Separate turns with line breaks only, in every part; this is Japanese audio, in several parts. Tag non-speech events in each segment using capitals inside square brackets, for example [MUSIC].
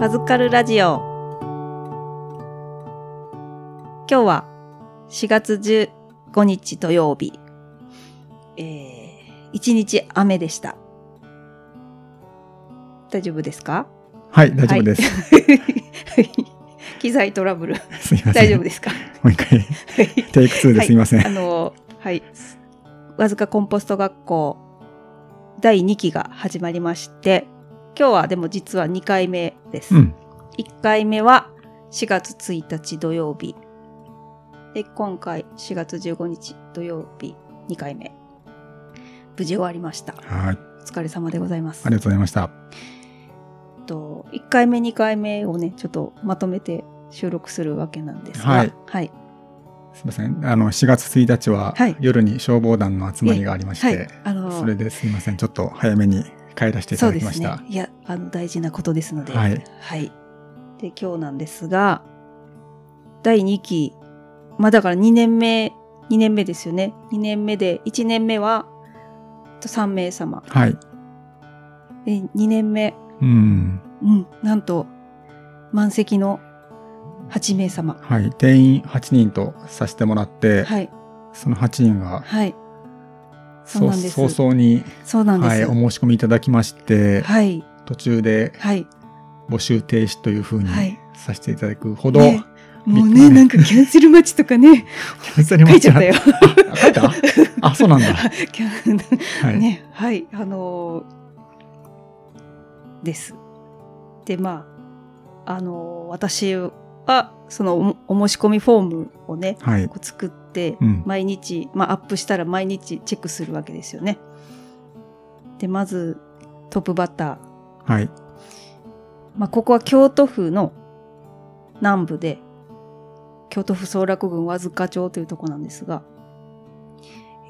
バズカルラジオ今日は4月15日土曜日、えー、1日雨でした。大丈夫ですか
はい、大丈夫です。
はい。 [LAUGHS] 機材トラブル。
[LAUGHS] すいません。
大丈夫
も
ですか
う一回、
はい。
テイク2ですいません。
あの、はい。わずかコンポスト学校第2期が始まりまして、今日はでも実は2回目です。
うん。
1回目は4月1日土曜日。で、今回4月15日土曜日2回目。無事終わりました。
はい。あり
お疲れ様でございます。
がとうございました。
えっと、1回目、2回目をね、ちょっとまとめて収録するわけなんですが、
はい
はい。
すいません。あの、4月1日は
はい
夜に消防団の集まりがありまし
はい
て、。
あの
それですいません。ちょっと早めに帰らせてい
そ
た
う
だ
で
きますし
ね
た。。
いや、あの、大事なことですので。
はい。
はい。で、今日なんですが、第2期、まあだから2年目、2年目ですよね。2年目で、1年目はえっと3名様。
はい。
で、2年目、
うん。
うん、なんと、満席の8名様。
はい。定員8人とさせてもらって、
はい。
その8人が、
はい。そう
そう
なんです
早々に、
そうなんです。
はい、お申し込みいただきまして、
はい。
途中で
はい。
募集停止というふうに
はい
させていただくほど、 [LAUGHS]
ねもう
びっく
ね、
り
なんかキャンセル待ちとかね、
忘れ
書
ま
い
し
ちゃったよ。
あ書い [LAUGHS] たあ、そうなんだ。は
キャン
い。
ね、はい、あのーです。で、まあ、あのー私は、そのお、お申し込みフォームをね、
はい。
こう作って
う、ん。
毎日、まあ、アップしたら毎日チェックするわけですよね。で、まず、トップバッター。
はい。
まあ、ここは京都府の南部で、京都府総楽郡和塚町というとこなんですが、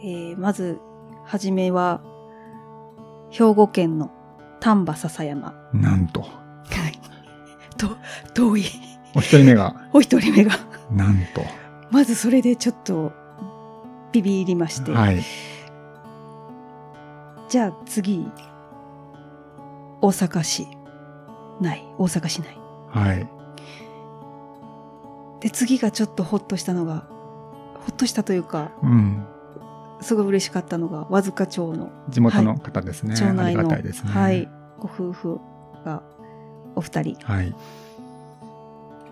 えーまず、はじめは、兵庫県の丹波篠山。
なんと。
[LAUGHS] と、遠い。
お一人目が、
お一人目が。 [LAUGHS]
なんと。
まずそれでちょっと、ビビりまして。
はい。
じゃあ次、大阪市内、大阪市内。
はい。
で、次がちょっとほっとしたのが、ほっとしたというか、
うん。
すごい嬉しかったのが、和塚町の、
地元の方ですね。
町
あり
内
が
の、
たいですね。
はい、。ご夫婦がお二人。
はい。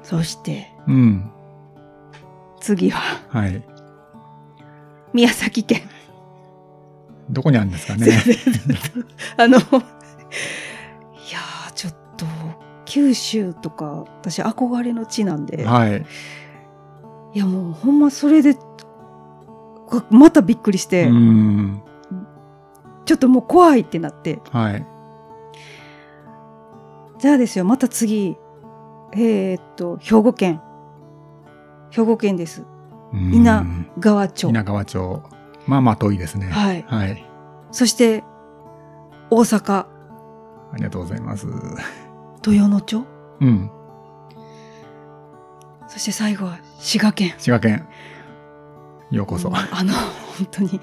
そして、
うん。
次は、 [LAUGHS]
はい。
宮崎県。
どこにあるんです
す
か
い
ね
ま。せんあの、い [LAUGHS] やー、ちょっと、九州とか、私憧れの地なんで、
はい。
いやもうほんまそれで、こまたびっくりし
う
て、
ん。
ちょっともう怖いってなって。
はい。
じゃあですよ、また次。えーっと、兵庫県。兵庫県です。
うん
稲川町。
稲川町。まあまあ遠いですね。
はい。
はい。
そして、大阪、
ありがとうございます。う
豊野町。
ん。
そして最後は滋賀県。
滋賀県。ようこそ。
もう
は
あの、本当に、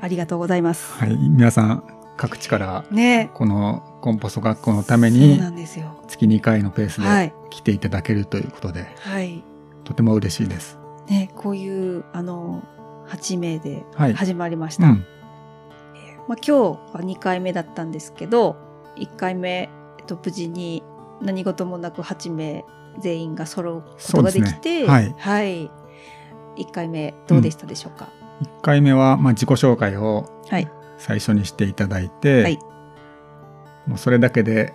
ありがとうございます。
い。皆さん、各地から、
ね
このコンポスト学校のため
そう
に
な、んですよ。
月2回のペース
は
で
い。
来ていただけるということで、
はい。
とても嬉しいです。
ねこういう、あの、8名で
はい。
始まりまし
う
た。
ん。
まあ、今日は2回目だったんですけど1回目、えっと、無事に何事もなく8名全員が揃うことができ
そうで
て
すねはい
1回目どうでしたでしょうか、
1回目は、まあ、自己紹介を
はい
最初にしていただいて、
はい
もうそれだけで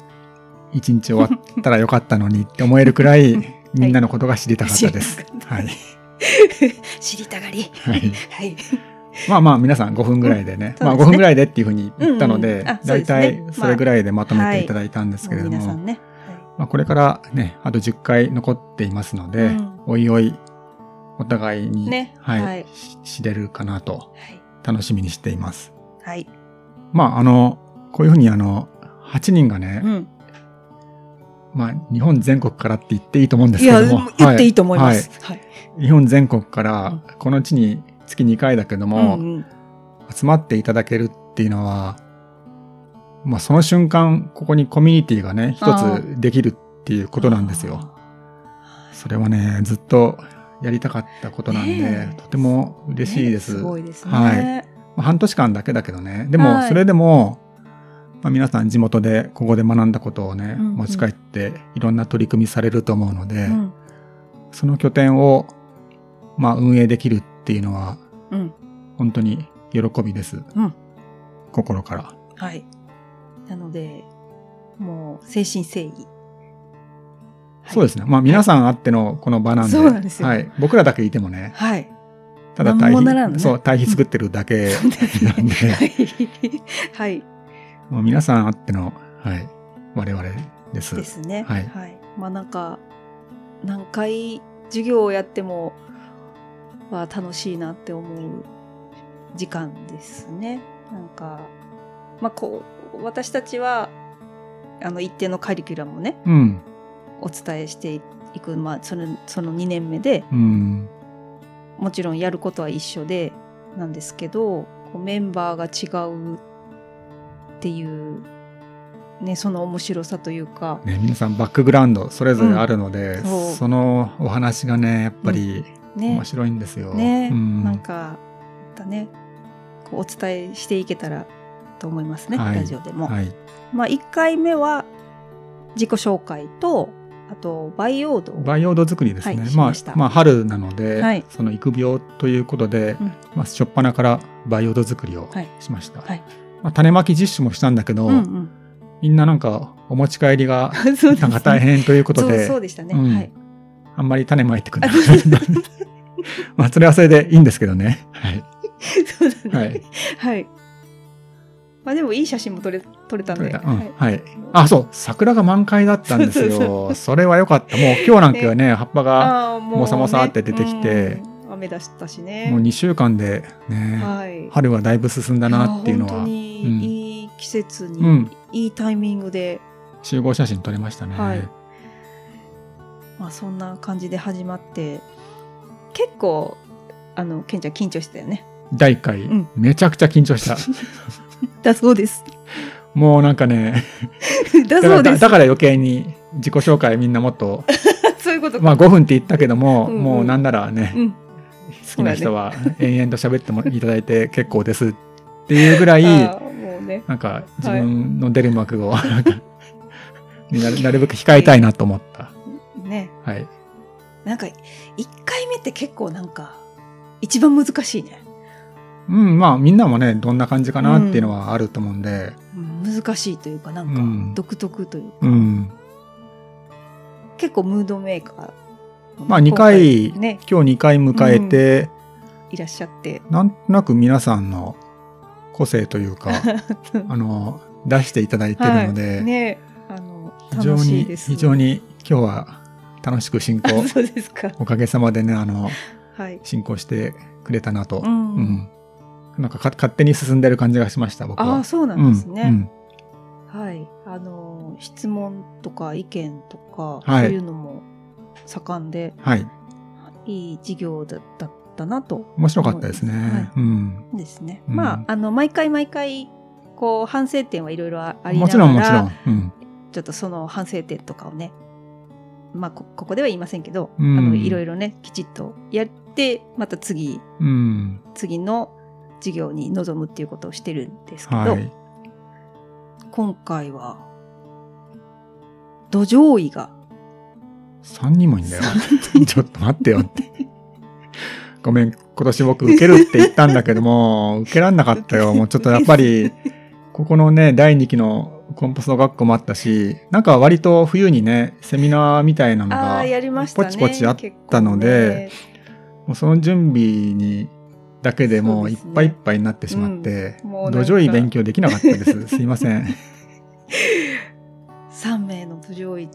1日終わったらよかったのにって思えるく
[LAUGHS]
らい、みんなのことが知りたかったです。はい。
[LAUGHS] 知りたがり
はい、
はい
まあまあ皆さん5分ぐらいでね、
うん
まあ
そうですね
5分ぐらいでっていうふうに言ったの
う
で
んうんあ、そうで
大
すね
体それぐらいでまとめていただいたんですけ
[LAUGHS]
れ
もう
ど
皆さ
も
ん、ね、
まあこれからね、あと10回残っていますので、
うん
おいおい、お互いに、
ね
はい
はい
し知れるかなと
はい
楽しみにしています。
はい、
まあ、あの、こういうふうにあの、8人がね、
うん、
まあ、日本全国からって言っていいと思うんです
い
け
や
ども。
言っていいと思います、はい
は日本全国か
う
ら、この地に月2回だけど
う
も、
んうん
集まっていただけるっていうのは、まあ、その瞬間、ここにコミュニティがね、
あ
一つできるっっていうことなんですよ。それはね、ずっとやりたかったことなんで、
ねえ
とても嬉しいです。
ねすごいですね。
はいまあ半年間だけだけどね。でも
は、い
それでも、まあ、皆さん地元でここで学んだことをね、
うんうん
持ち帰っていろんな取り組みされると思うので、
うん
その拠点を、まあ、運営できるっていうのは、
うん
本当に喜びです。
うん
心から。
はい。なので、もう、精神誠意。はい
そうですね。まあ、皆さんあってのこの場なんで、
そうなんですよ
はい。僕らだけいてもね、
はい。
ただ
なん
対
もならん
比、
ね
そう、対比作ってるだけ
そうですね。
なんで、
はい。はい。
もう皆さんあっての、はい、我々です。
ですね。
はい
まあなんか、何回授業をやっても、は楽しいなって思う時間ですね。なんか、まあこう、私たちは、あの一定のカリキュラムをね、
うん。
お伝えしていく、まあその、その2年目で、
うん。
もちろんやることは一緒でなんですけどこうメンバーが違うっていう、ね、その面白さというか、
ね、皆さんバックグラウンドそれぞれあるので、
うんそう
そのお話がね、やっぱり
ね
面白いんですよ。
ね
うん
なんかだねこうお伝えしていけたらと思いますね、
はい
ラジオでも。
はい。
まあ、1回目は自己紹介とあと培養土
培養土作りですね。
はい
ま
しました
あ、まあ、春なので、
はい
その育苗ということで、
うん
まあ、初っ端から培養土作りを
はい
しました。
はい
まあ、種まき実習もしたんだけど、
うんうん、 [LAUGHS]
みんななんかお持ち帰りが
そうです
なんか大変ということ
そう
で、
そうでしたね、
うん
はい [LAUGHS]
あんまり種まいてくれない。 [LAUGHS] まあ、それはそれでいいんですけどね。はい。
そうだね [LAUGHS]
は
はいい、まあでもいい写真も撮れ撮れたん
取
で
れたうん
はい
はい。あ、そう、桜が満開だったんです
そうそう
よ。それは良かった。もう今日なんかはね、葉っぱが
あーもうね
もさもさって出てきて
うん雨出したしね
もう2週間でね、
はい
春はだいぶ進んだなっていうの
や本
は
当、に
うん
いい季節に、
うん
いいタイミングで、
集合写真撮れましたね。
はいまあ、そんな感じで始まって結構あのケンちゃん緊張してたよね
第1回、
うん
めちゃくちゃ緊張した。
[LAUGHS] だそうです [LAUGHS]
もうなんかね、
だ
だか
そ
ら
うで
だ
す
だから余計に自己紹介みんなもっと、
[LAUGHS] そういうことか、
まあ5分って言ったけども、
うんうん
もうなんならね、
うん
好きな人は [LAUGHS] 延々と喋ってもいただいて結構ですっていうぐらい、
あーもうね
なんか自分の出る幕を、なんかなるなるべく控えたいなと思った。
ね
はい。
なんか1回目って結構なんか一番難しいね
うん、まあみんなもね、どんな感じかなっていうのはあると思うんで、
うん難しいというかな
うんん
か独特というか、
うん。
結構ムードメーカー
まあ2回、
ね
今日2回迎えて、
いらっしゃって
なんとなく皆さんの個性とい
[LAUGHS]
うか、 [LAUGHS] あの、出していただいてるので、
はい、ねあの
非常
楽しい
に、
です
非常に今日は楽しく進行
あ、 [LAUGHS] そうですか
おかげさまでね、あの、
はい
進行してくれたなと。
うん
うんなんかか勝手に進んでる感じがしました、僕
あ
は
あ。そうなんですね、はいあの質問とか意見とか、
はい
そういうのも盛んで
うんはい。
いい授業だだったなと
面白かったですね。
はい
うん。
ですね、
うん
まああの毎回毎回こう反省点はいろいろありながら
もちろんもちろん。うん。
ちょっとその反省点とかをね、まあ、こここでは言いませんけど、
うん
あのいろいろねきちっとやってまた次
うん。
次の授業に臨むっていうことをしてるんですけど、
はい。
今回は土壌医が
3人もいんだよ。ちょっと待ってよって。ごめん、今年僕受けるって言ったんだけども、受けらんなかったよ。もうちょっとやっぱり、ここのね、第2期のコンポスト学校もあったし、なんか割と冬にね、セミナーみたいなの
あ
が
あ、やりましたね
ポチポチあったので、もうその準備に、だけでもういっぱいいっぱいになってしまっ
そう
て、
ですねうんもうなん
土
か
壌医勉強できなかったです。すいません。
3名の土壌医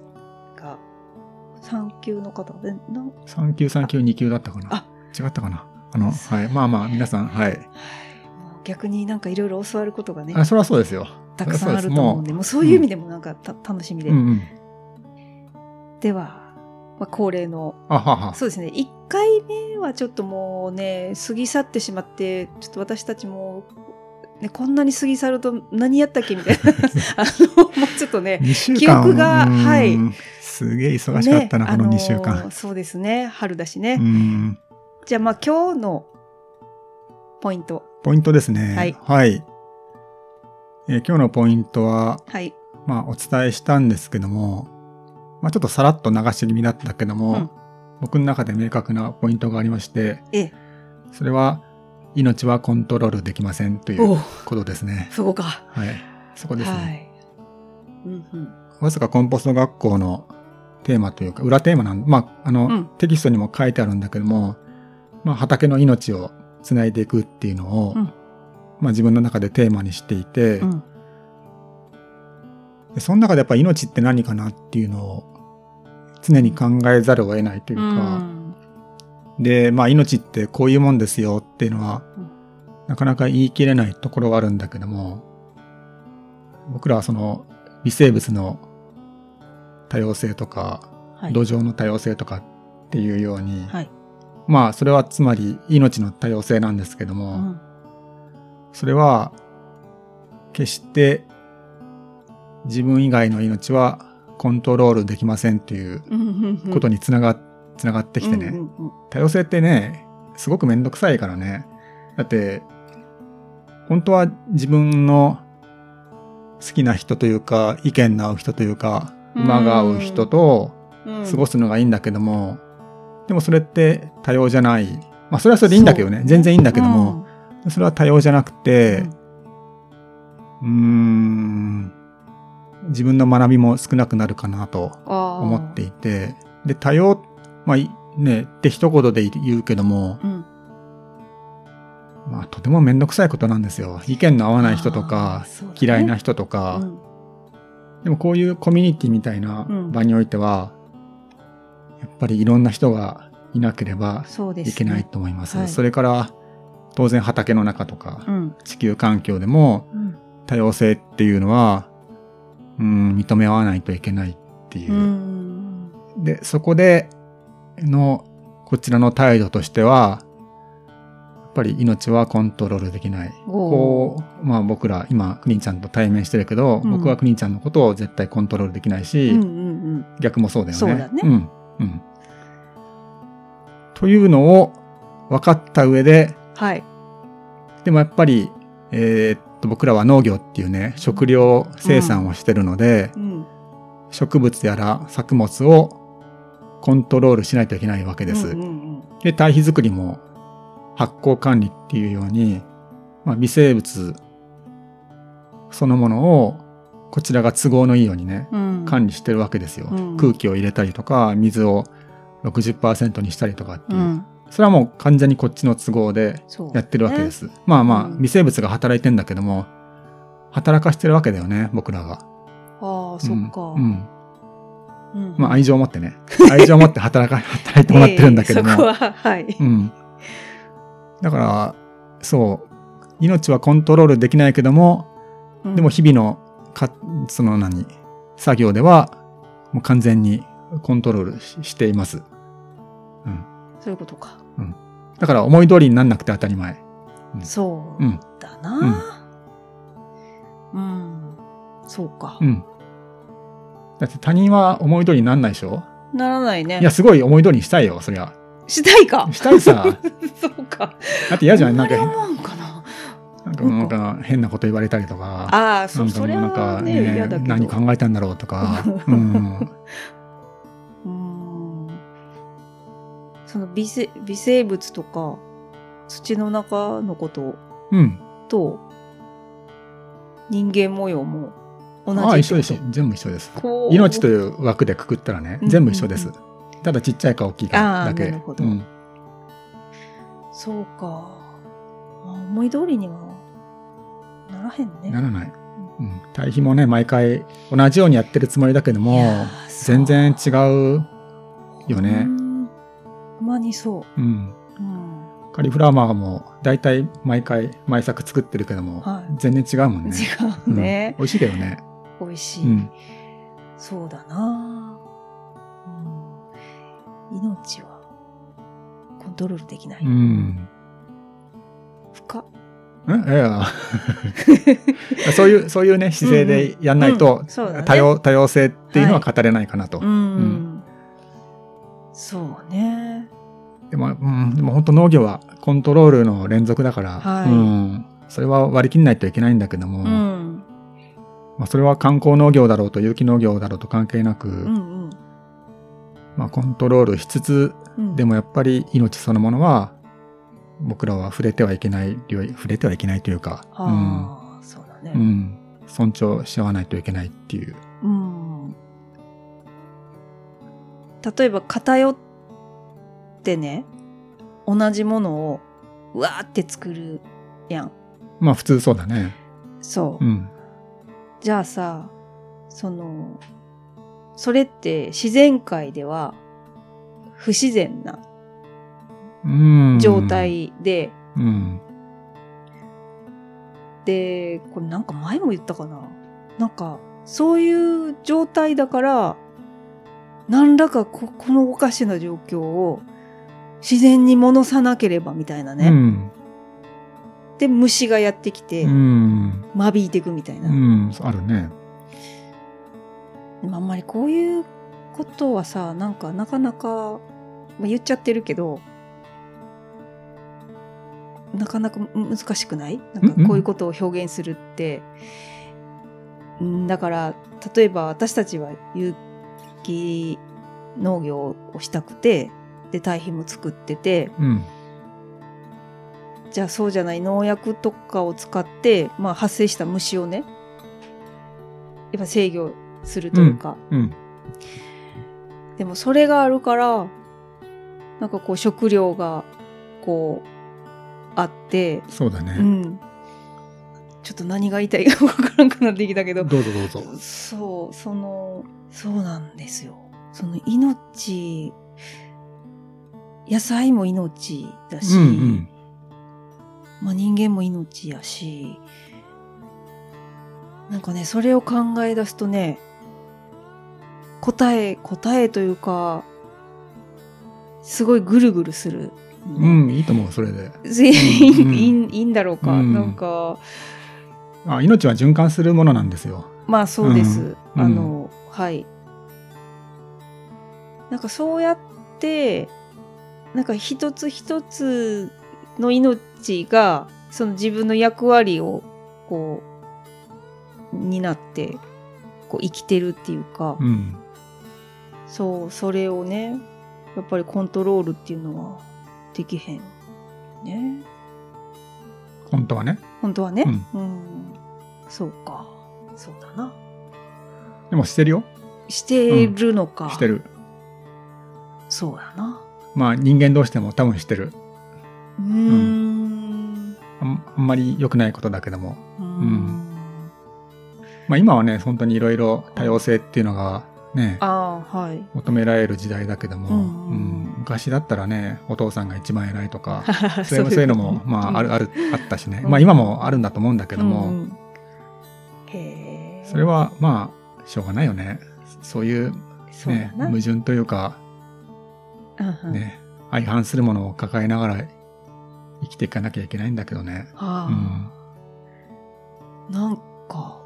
が3級の方でなん
3級3級2級だったかな
あ
違ったかなあの、はい。まあまあ、皆さん、はい。
もう逆になんかいろいろ教わることがね
あ、そりゃそうですよ。
たくさんあると
そりゃ
思うん
そうで
でもうそういう意味でもなんかた、楽しみ
す
で、
もう。うんうん。
では、まあ、恒例の
あはは。
そうですね1回目はちょっともうね過ぎ去ってしまってちょっと私たちも、ね、こんなに過ぎ去
[LAUGHS]
ると何やったっけみたいなあのもうちょっとね
2週間
記憶が
うーん
はい
すげえ忙しかったな、
ね
この
あ
2
ー
週間。
そうですね。春だしね。
うん。
じゃあまあ今日のポイント。
ポイントですね。
はい
えー今日のポイントは、
はい。
まあ、お伝えしたんですけども、まあ、ちょっとさらっと流し気味だったけども、
うん
僕の中で明確なポイントがありまして、
ええ。
それは、命はコントロールできませんとい
お
う
う
ことですね。
そこか。
はい。そこですね。
はい。うんうん。
わずかコンポスト学校のテーマというか、裏テーマなんまあ、あの、
うん
テキストにも書いてあるんだけども、まあ、畑の命をつないでいくっていうのを、
うん
まあ、自分の中でテーマにしていて、
うん。
でその中でやっぱ命って何かなっていうのを常に考えざるを得ないという
う
か、
ん。
で、まあ、命ってこういうもんですよっていうのは、
うん
なかなか言い切れないところはあるんだけども、僕らはその微生物の多様性とか、
はい。
土壌の多様性とかっていうように、
はい。
まあそれはつまり命の多様性なんですけど
う
も、
ん。
それは決して自分以外の命はコントロールできませんという
うんうんうん。
ことにつなが,、つながってきてね、
うんうんうん
多様性ってねすごくめんどくさいからねだって本当は自分の好きな人というか意見の合う人というか馬が合う人と
うん
過ごすのがいいんだけども、でもそれって多様じゃない。まあそれはそれでいいんだけどね。
そう
全然いいんだけども、、それは多様じゃなくて、うーん、自分の学びも少なくなるかなと思
思
っていて、で、多様、まあいね、って一言で言うけども、
うん、
まあとてもめんどくさいことなんですよ。意見の合わない人と
あ
か
ー、そうだね
嫌いな人とか、
うん
でもこういうコミュニティみたいな場においては、やっぱりいろんな人がいなければ
そうです、ね、
いけないと思います。
はい
それから、当然畑の中とか、
うん
地球環境でも
うん
多様性っていうのは、うん、認め合わないといけないっていうう。
ん
で、そこでの、こちらの態度としては、やっぱり命はコントロールできない。
お
こう、まあ僕ら、今、クニちゃんと対面してるけど、
うん
僕はクニちゃんのことを絶対コントロールできないし、
うんうんうん
逆もそうだよね。
そうだね
ん。うん。というのを分かった上で、
はい
でもやっぱり、えーっと、僕らは農業っていうね、食料生産をしてるので、
うん
植物やら作物をコントロールしないといけないわけです。
うんうん
で、堆肥作りも発酵管理っていうように、まあ、微生物そのものをこちらが都合のいいようにね、
うんうん
管理してるわけですよ、
うん
空気を入れたりとか水を60%にしたりとかって
う
いう、
ん
それはもう完全にこっちの都合で
そう
やってるわけです、まあま
う
あ
ん
微生物が働いてんだけども働かしてるわけだよね僕らが
ああそっか
うんうん
うん
まあ愛情を持ってね [LAUGHS] 愛情を持って働か働いてもらってるんだけど
[LAUGHS]
も、
ええそこははい
うん、だからそう命はコントロールできないけどもでも日々のか、その何、作業では、もう完全にコントロールししています。
うんそういうことか
だから思い通りになんなくて当たり前。うん
そう
うん。
だなうんそうか
うん。だって他人は思い通りになんないでしょ
ならない
いや、
ね
すごい思い通りにしたいよ、そりゃ。
したいか
した
[LAUGHS]
いさ。
そうか
だって嫌じゃないなん
あん
か
まり、思わんかな
なんか、なんか変なこと言われたりとか。
ああ
な
そ
ん
そ
か、
れ
なん
は
か
ね嫌
ね
だけど
何考えたんだろう
[LAUGHS]
とか。うん。
うーんその微生微生物とか土の中のこと
うん。
と人間模様も同じ
ああ、一緒ですす。全部一緒です。
こう
命という枠でくくったらね、
うん
全部一緒です。
うん
ただちっちゃいか大きいかだけ。
あーなるほど
うん
そうか、まあ思い通りにはならへんね
ならない。うん。対比もね、毎回同じようにやってるつもりだけど
い
も
や、ーそう
全然違うよね
う。んほんまにそ
うん。
う、うん
カリフラワーも大体毎回毎作作ってるけども、
はい
全然違うもんね。
違うね
うん、、美味しいけどね。
美味し
う
い、
ん。
そうだな、うん、命はコントロールできない、
うん。
深っ [LAUGHS]
んいやそういう、そういうね、姿勢でやんないと
うん、そうだね
多様、多様性っていうのは語れないかなと。
うん、
う
そうね。
でも、うん、でも本当農業はコントロールの連続だから、
はい
うん。それは割り切んないといけないんだけども、
うん。
まあ、それは観光農業だろうと有機農業だろうと関係なく、
うん
まあ、コントロールしつつ、
うん。
で
も、
もやっぱり命そのものは、僕らは触れてはいけない領域、触れてはいけないというか、
ああ、そうだね
う。ん。尊重し合わないといけないっていう。
うん。例えば偏ってね、同じものをうわーって作るやん。
まあ普通そうだね。
そう。
うん。
じゃあさ、その、それって自然界では不自然な
うん。
状。態で、
うん。
で、これなんか前も言ったかな。なんか、そういう状態だから、何らかここのおかしな状況を自然に戻さなければみたいな
う
ね。
ん。
で、虫がやってきて
う、ん。
間引いていくみたいな。
うん。あるね。
あんまりこういうことはさ、なんかなかなか、まあ、言っちゃってるけど、なかなか難しくないなん
うんう
か
ん
こういうことを表現するって。うんだから、例えば私たちは有機農業をしたくて、で、堆肥も作ってて、
うん。
じゃあそうじゃない農薬とかを使って、まあ発生した虫をね、やっぱ制御するというか、
うん。
でもそれがあるから、なんかこう食料がこうあって、
そうだ
う
ね。
ん。ちょっと何が言いたいかわからなくなってきたけど、
どうぞどうぞ。
そう、その、そうなんですよ。その命、野菜も命だし、
うん
まあ、人間も命やし、なんかね、それを考え出すとね、答え、答えというか、すごいぐるぐるする。
うん。うん、いいと思う、それで。
いいい
うん
いいいんだろうか、
うん
なんか、
あ、命は循環するものなんですよ。
まあそうです。
うん
あの、はい。なんかそうやって、なんか一つ一つの命が、その自分の役割を、こう、担って、こう生きてるっていうか、
うん。
そう、それをね、やっぱりコントロールっていうのはできへん。ね。
本当はね。
本当はね。
うん
うん、そうか。そうだな。
でもしてるよ。
してるのか。
してる。
そうだな。
まあ人間どうしても多分してる。
うーん。
あんあんまり良くないことだけども。
うーん
んまあ今はね、本当にいろいろ多様性っていうのがね、
ああ、はい。
求められる時代だけども、
うん
うん昔だったらね、お父さんが一番偉いと
[LAUGHS]
か、そ
そう
いうそういうのも、まあ、ある、ある、あったしね。まあ、今もあるんだと思うんだけ
け
ども、
へえ。
それ、は、まあ、しょうがないよね。そういう、
そうだ
ね、
な。
矛盾というか、
うんうん。
ね、相反するものを抱えながら生きていかなきゃいけないんだけどね。う
あ
ん。
あ、なんか、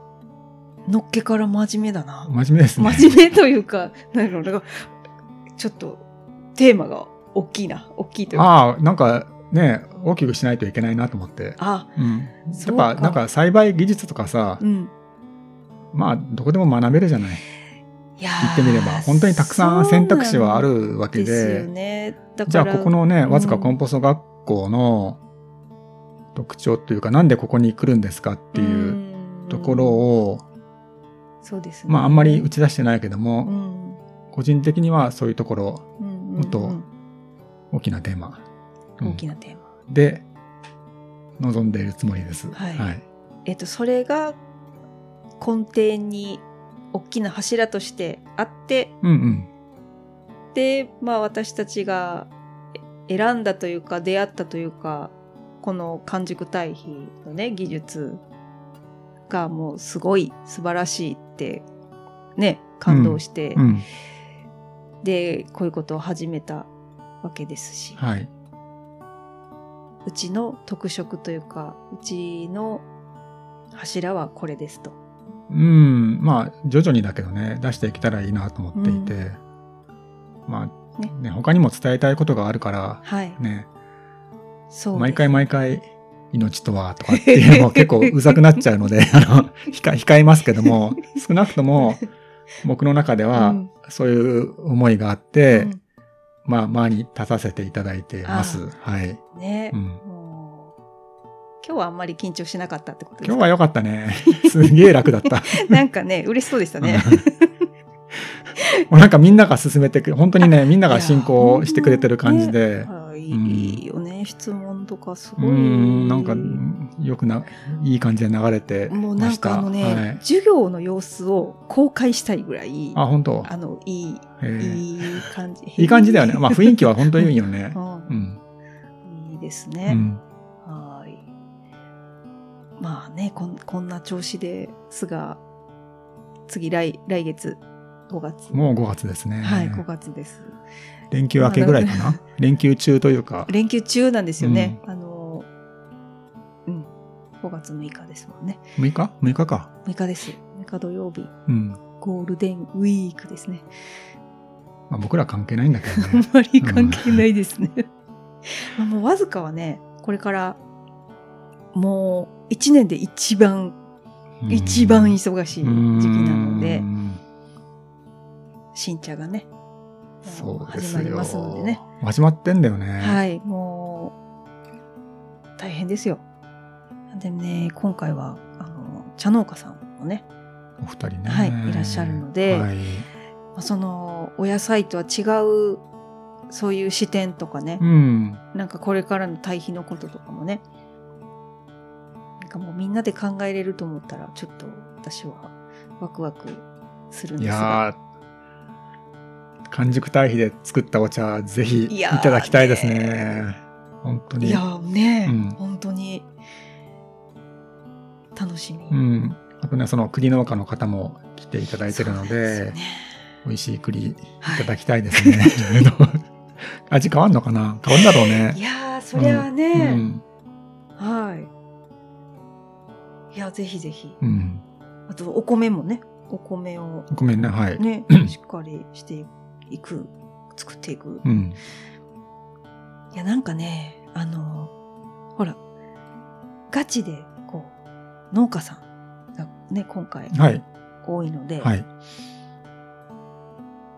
のっけから真面目だな。
真面目です
[LAUGHS]
ね。
真面目というか、なんだろう、なんか、ちょっと、テーマが大きいな。大きいというか。
ああ、なんか、ね、大きくしないといけないなと思って。
あ
うん。
そ
や
うか
っぱ、なんか栽培技術とかさ
う、ん。
まあ、どこでも学べるじゃない。
いや
言ってみれば。本当にたくさん選択肢はあるわ
わけで。
け
ですよ
で、
ね。だ
じ
か
ゃ
ら、
あここのね、わずかコンポスト学校の特徴というか、なんでここに来るんですかっていう
う
ところ
を、
を、
そうですね。
まああんまり打ち出してないけども、
うん、
個人的にはそういうところ、
うん
もっと大きなテーマ、うん
大きなテーマ。
で、望んでいるつもりです。
はいえっと、それが根底に大きな柱としてあって、
うんうん。
で、まあ私たちがえ選んだというか出会ったというか、この完熟堆肥のね、技術がもうすごい素晴らしいって、ね、感動して、
うん。
で、こういうことを始めたわけですし。
はい。
うちの特色というか、うちの柱はこれですと。
うん、まあ、徐々にだけどね、出していけたらいいなと思っていて、
う
まあ、
ね
ね他にも伝えたいことがあるから、
はい。
ね、
そうです。
毎回毎回、命とはとかっていうのも結構うざくなっちゃうので、
[LAUGHS]
あの、控え控えますけども、少なくとも、僕の中では、
うん
そういう思いがあって、
うん
まあ、前に立たせていただいてます。はい。
ね、
うん
もう今日はあんまり緊張しなかったってことです
今
か
日は良かったね。すげえ楽だった。
[LAUGHS] なんかね、嬉しそうでしたね。
もうなんかみんなが進めてく本当に
[LAUGHS]
ね、みんなが進行してくれてる感じで、
はい、
うん
いいよね、質問とかす
う
ごい。
ん、なんか、よくな、いい感じで流れて
もう
ま
な
し
んか
た。
あのね、
はい。
授業の様子を公開したいぐらい、
あ、本当
あの、いい、
えー
いい感じ。
いい感じだよね。まあ雰囲気は本当にいいよ
[LAUGHS]
ね。
う
うんん。
いいです
う
ね。
ん。
はーい。まあね、こんこんな調子ですが、次来、来月、5月。
もう5月ですね。
はい、5月です。
連休明けぐらいかな。連休中というか。
連休中なんですよね。あの、うん、5月6日ですもんね。
6日 ?6 日か。
6日です。6日土曜日、
うん。
ゴールデンウィークですね。
まあ僕ら関係ないんだけど
あん。
ね
まり関係ないですね。 [LAUGHS] まあもうわずかはね、これから、もう1年で一番、
うん
一番忙しい時期なので
う、ん
新茶がね、もう
そうです
始まり
よ。
ますのでね。。
始まってんだよね。
はい、もう、大変ですよ。でもね、今回は、あの、茶農家さんもね、
お二人ね。
はいいらっしゃるので
はい
まあその、お野菜とは違う、そういう視点とかね
う、ん。
なんかこれからの対比のこととかもね、なんかもうみんなで考えれると思ったら、ちょっと私はワクワクするん
い
ですが。
やー完熟堆肥で作ったお茶、ぜひい
いやー
ただきたいですね。
ね
本当に。
いやーね、
うん
本当に、楽しみ。
うん。あとね、その栗農家の方も来ていただいてるの
そうなんす
で、
よね
美味しい栗い
はい
ただきたいですね。 [LAUGHS] 味変わんのかな変わんだろうね
い。やー、そりゃあ
う
ね、
ん。
はい。いや、ぜひぜひ。
うん。
あと、お米もね、お米を
ごめんね、はい。
ね、しっかりしていく、作っていく。
うん。
いや、なんかね、あの、ほら、ガチで、こう、農家さんがね、今回
はい。
多いので、
はい。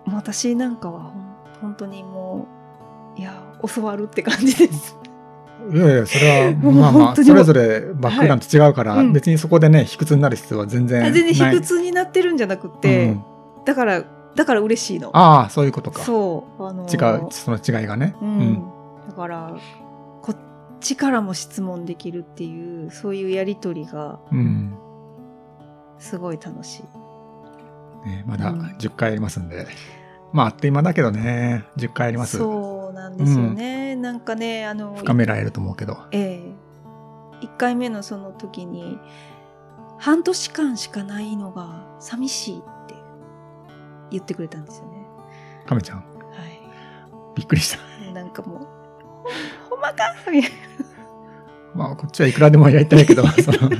もう私なんかはほん本当にもう、いや、教わるって感じです。
いやいや、それは、
[LAUGHS] もう
まあま
本
あ、
当に
それぞれバックグラウンド違うから、
はいうん
別にそこでね、卑屈になる必要は全然な
あ
い。
全然卑屈になってるんじゃなくて、
うん
だから、だから嬉しいの。
ああ、そういうことか。
そう、あの
違う、その違いがね。
うん。だから、こっちからも質問できるっていう、そういうやりとりが
うん。うん
すごい楽しい。
ね、まだ
うん
10回ありますんで。まあ、あっという間だけどね、10回あります。
そうなんですよね。なんかね、あの、
深められると思うけど。
ええ1回目のその時に半年間しかないのが寂しいって言ってくれたんですよね。
亀ちゃん、
は
びっくりした。
い。なんかもう、ほんまかみたい
まあ、こっちはいくらでもやりたい
[LAUGHS]
けど、その。
な。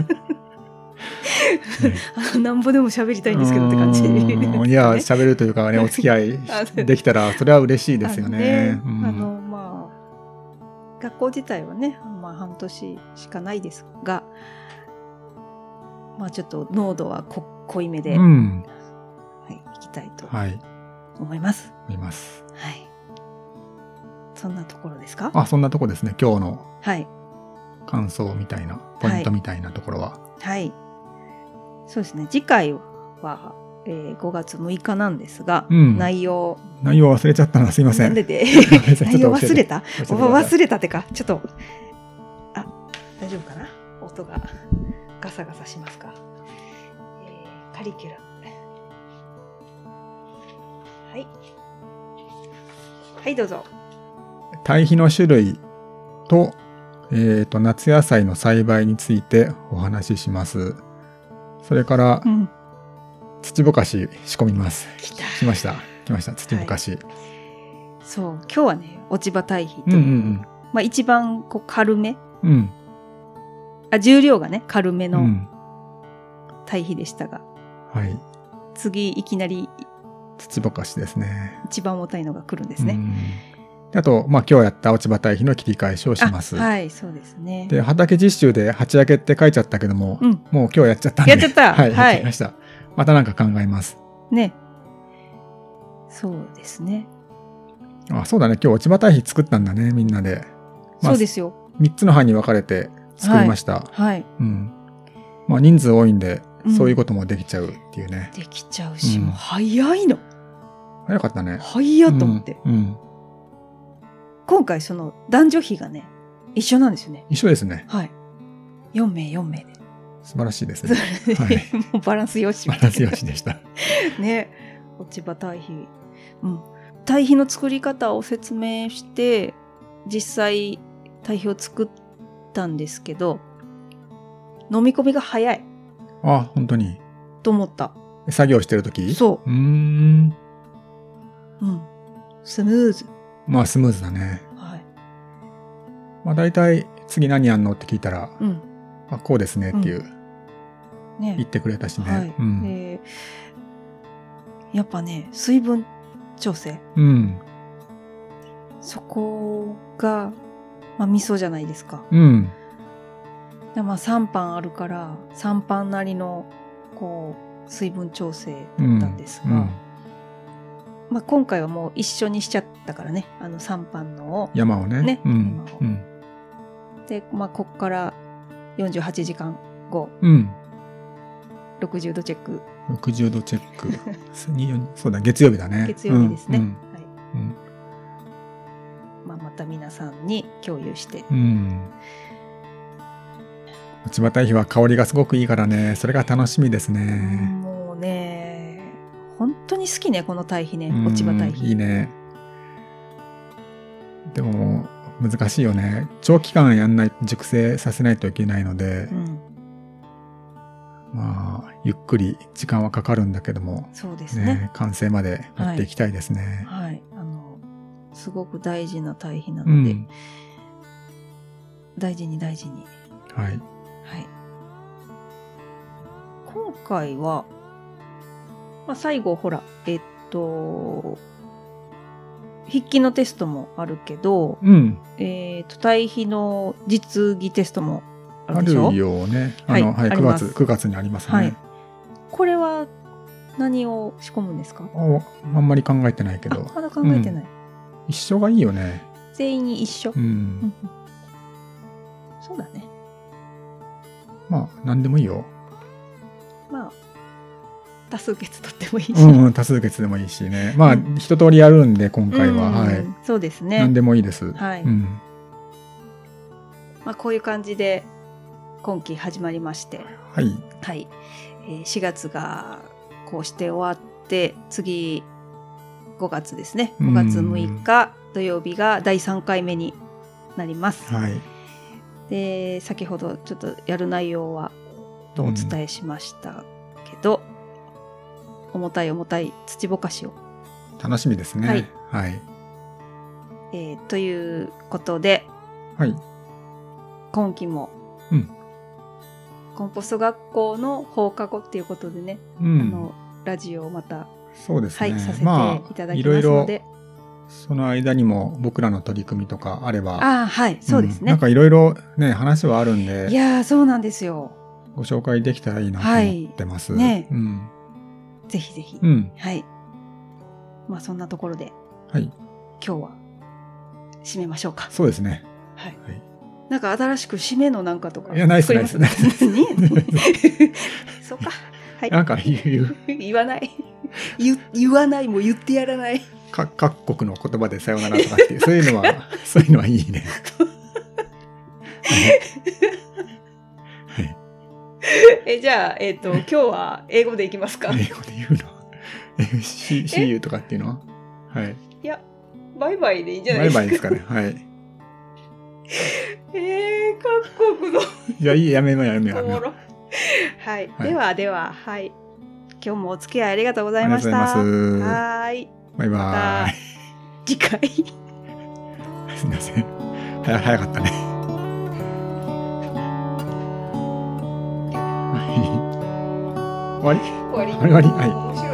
あのなんぼでも喋りたいんですけどって感じ。
うーんい
[LAUGHS]
や、
です
喋るというかね、お付き合
あ
い
の
できたら、それは嬉しいですよね。
あの
うん
あの、まあ、学校自体はね、まあ半年しかないですが、まあちょっと濃度はこ濃いめで、
う
はい、
ん。
いきたいと
はい、
思います。
見ます。
はい。そんなところですか
あ、そんなとこですね、今日の
はい。
感想みたいな、ポイントみたいなところは。
はい。そうですね。次回は、えー5月6日なんですが、
うん
内容、
内容忘れちゃったな、すいませ。
なん
[LAUGHS]
んでで内
内
容忘れた
えてください
忘れたってか、ちょっと、あ、大丈夫かな音がガサガサしますか。えーカリキュラム。はい。はい、どうぞ。
堆肥の種類と,、えーと夏野菜の栽培についてお話ししますそれから
ん。
土ぼかし仕込みます
来た。
来ました来ました土ぼかし、
そう、今日はね、落ち葉堆肥
うん
と
うん
いううんまあ、一番こう軽め
うん。
あ重量がね軽め
う
の
ん。
対比でしたが、
はい。
次いきなり
土ぼかしですね。
一番重たいのが来るんで
う
すね。
んであと、まあ今日やった落ち葉堆肥の切り返しをし
あ
ます。
はいそうですね。
で、畑実習で鉢上げって書いちゃったけども、
うん
もう今日やっちゃったんで。
やっちゃったはい
はい、やっちゃいました。またなんか考えます。
ねそうですね。
あ、そうだね。今日落ち葉堆肥作ったんだね、みんなで。ま
そ
あ
うですよ。
3つの班に分かれて作りました。
はい
うん。まあ人数多いんで
う、ん
そういうこともできちゃうっていうね。
できちゃうし、
うん
もう早いの
早かったね。
早いやと思って、
うん。うん
今回その男女比がね一緒なんですよね。
一緒ですね。
はい4名4名で。
素晴らしいです
そ
ね。
れで、
はい
もうバランスよし
バ
みたい
ランス良
な
しでした。
ね落ち葉堆肥うん堆肥の作り方を説明して実際堆肥を作ったんですけど飲み込みが早い
あ、本当に。
と思った
作業してるとき。
そう
うーん。
う、うん、スムーズ
まあスムーズだね。
はい
まあ大体、次何やんのって聞いたら、
うん
あ、こうですねっていう、言
ね
ってくれたしね。
はい、
うん。
でやっぱね水分調整
うん。
そこが、まあ、味噌じゃないですか
うん。
でまあ3班あるから3班なりのこう水分調整
う
だ
ん。
ったんですが、
うん
まあ、今回はもう一緒にしちゃったからねあの3班のを
山をね。
ね
うん
山を。
うん。
で、まあ、こっから48時間後
うん。
60度チェック
60度チェック。
[LAUGHS]
にそうだ、月曜日だね。
月曜日ですね、
うん
はい
うん
まあ、また皆さんに共有して
うん。落ち葉堆肥は香りがすごくいいからね、それが楽しみですね。
もうね本当に好きねこの堆肥ね落ち葉堆
うんいい
肥
ね。でも、難しいよね。長期間やんない、熟成させないといけないので
う、ん
まあ、ゆっくり時間はかかるんだけども、
そうですね
ね、完成まで持っていきたいですね。
はい、あのすごく大事な対比な
う
ので、
ん。
大事に大事に、
はい。
はい、今回は、まあ、最後ほらえっと筆記のテストもあるけど、
うん。
えっと対比の実技テストもあ
あ
るで
る
しょ
よね。あの、
は
はいい、
あ
9
りま
月、
す
9月にありますね。
はいこれは何を仕込むんですか
おあんまり考えてないけ
あ
ど、
まだ考えてない、
一緒がいいよね。
全員に一緒、
う。
うんんうんそうだね
まあ、なんでもい
[LAUGHS]
いよ。
まあ多数決取ってもいいし、
うんうん、多数決でもいいしね。まあ、
うん
一通りやるんで、今回は。
うん
はい。
そうです
何
ね。
でもいいです。
はい
うん。
まあ、こういう感じで今期始まりまして、
はい。
はい。えー4月がこうして終わって、次5月ですね。
うん
5月6日土曜日が第3回目になります。
はい。
で、先ほどちょっとやる内容はとお伝えしましたけど、重たい重たい土ぼかしを、
楽しみですね。
は
はいい。はい。
えーということで、今期も、
うん
コンポスト学校の放課後っていうことでね、
う
あ
ん。
のラジオをまた、
そうです
はい、
ね
させ。てい
ま
た
あ、
だ
い
き
ろ
ま
い
すの
ろ、
で、
その間にも僕らの取り組みとかあれば。
ああはいそうです
んな
ね
ん、かいろいろね、話はあるん
い
で、
やーそうなんですよ
ご紹介できたらいいなと思ってます。
はいね
うん。
ぜひぜひ、
うん。
はいまあそんなところで
はい。
今日は締めましょうか
そうですね。
はい、
はい
なんか新しく締めのなんかとか
いやないっす
作ります
ないっす
何 [LAUGHS] そうかはい
なんか言う言う
言わない言言わないも言ってやらない
か各国の言葉でさよならとかっていう、そういうの
[LAUGHS]
は、そういうのはいいね。はい。
えじゃあ、えっと今日は英語でいきますか
はい英語で言うの。え、し、しゆとかっていうのははい。
いやバイバイでいいんじゃな
バ
い
イ
ですか
バイですかね。はい。
えー、各国の
いや、いい、やめよう、やめよう、や
お
め
も
よう。
ろはい、
はい
ではでははい今日もお付き合いありがとうござ
あ
い
り
ま
が
した
とうございます。
はーい
バイ
ま
バ [LAUGHS]
た次回
イ。すみません。早早かったね。はい終わり
終わり
終わりはい
面白い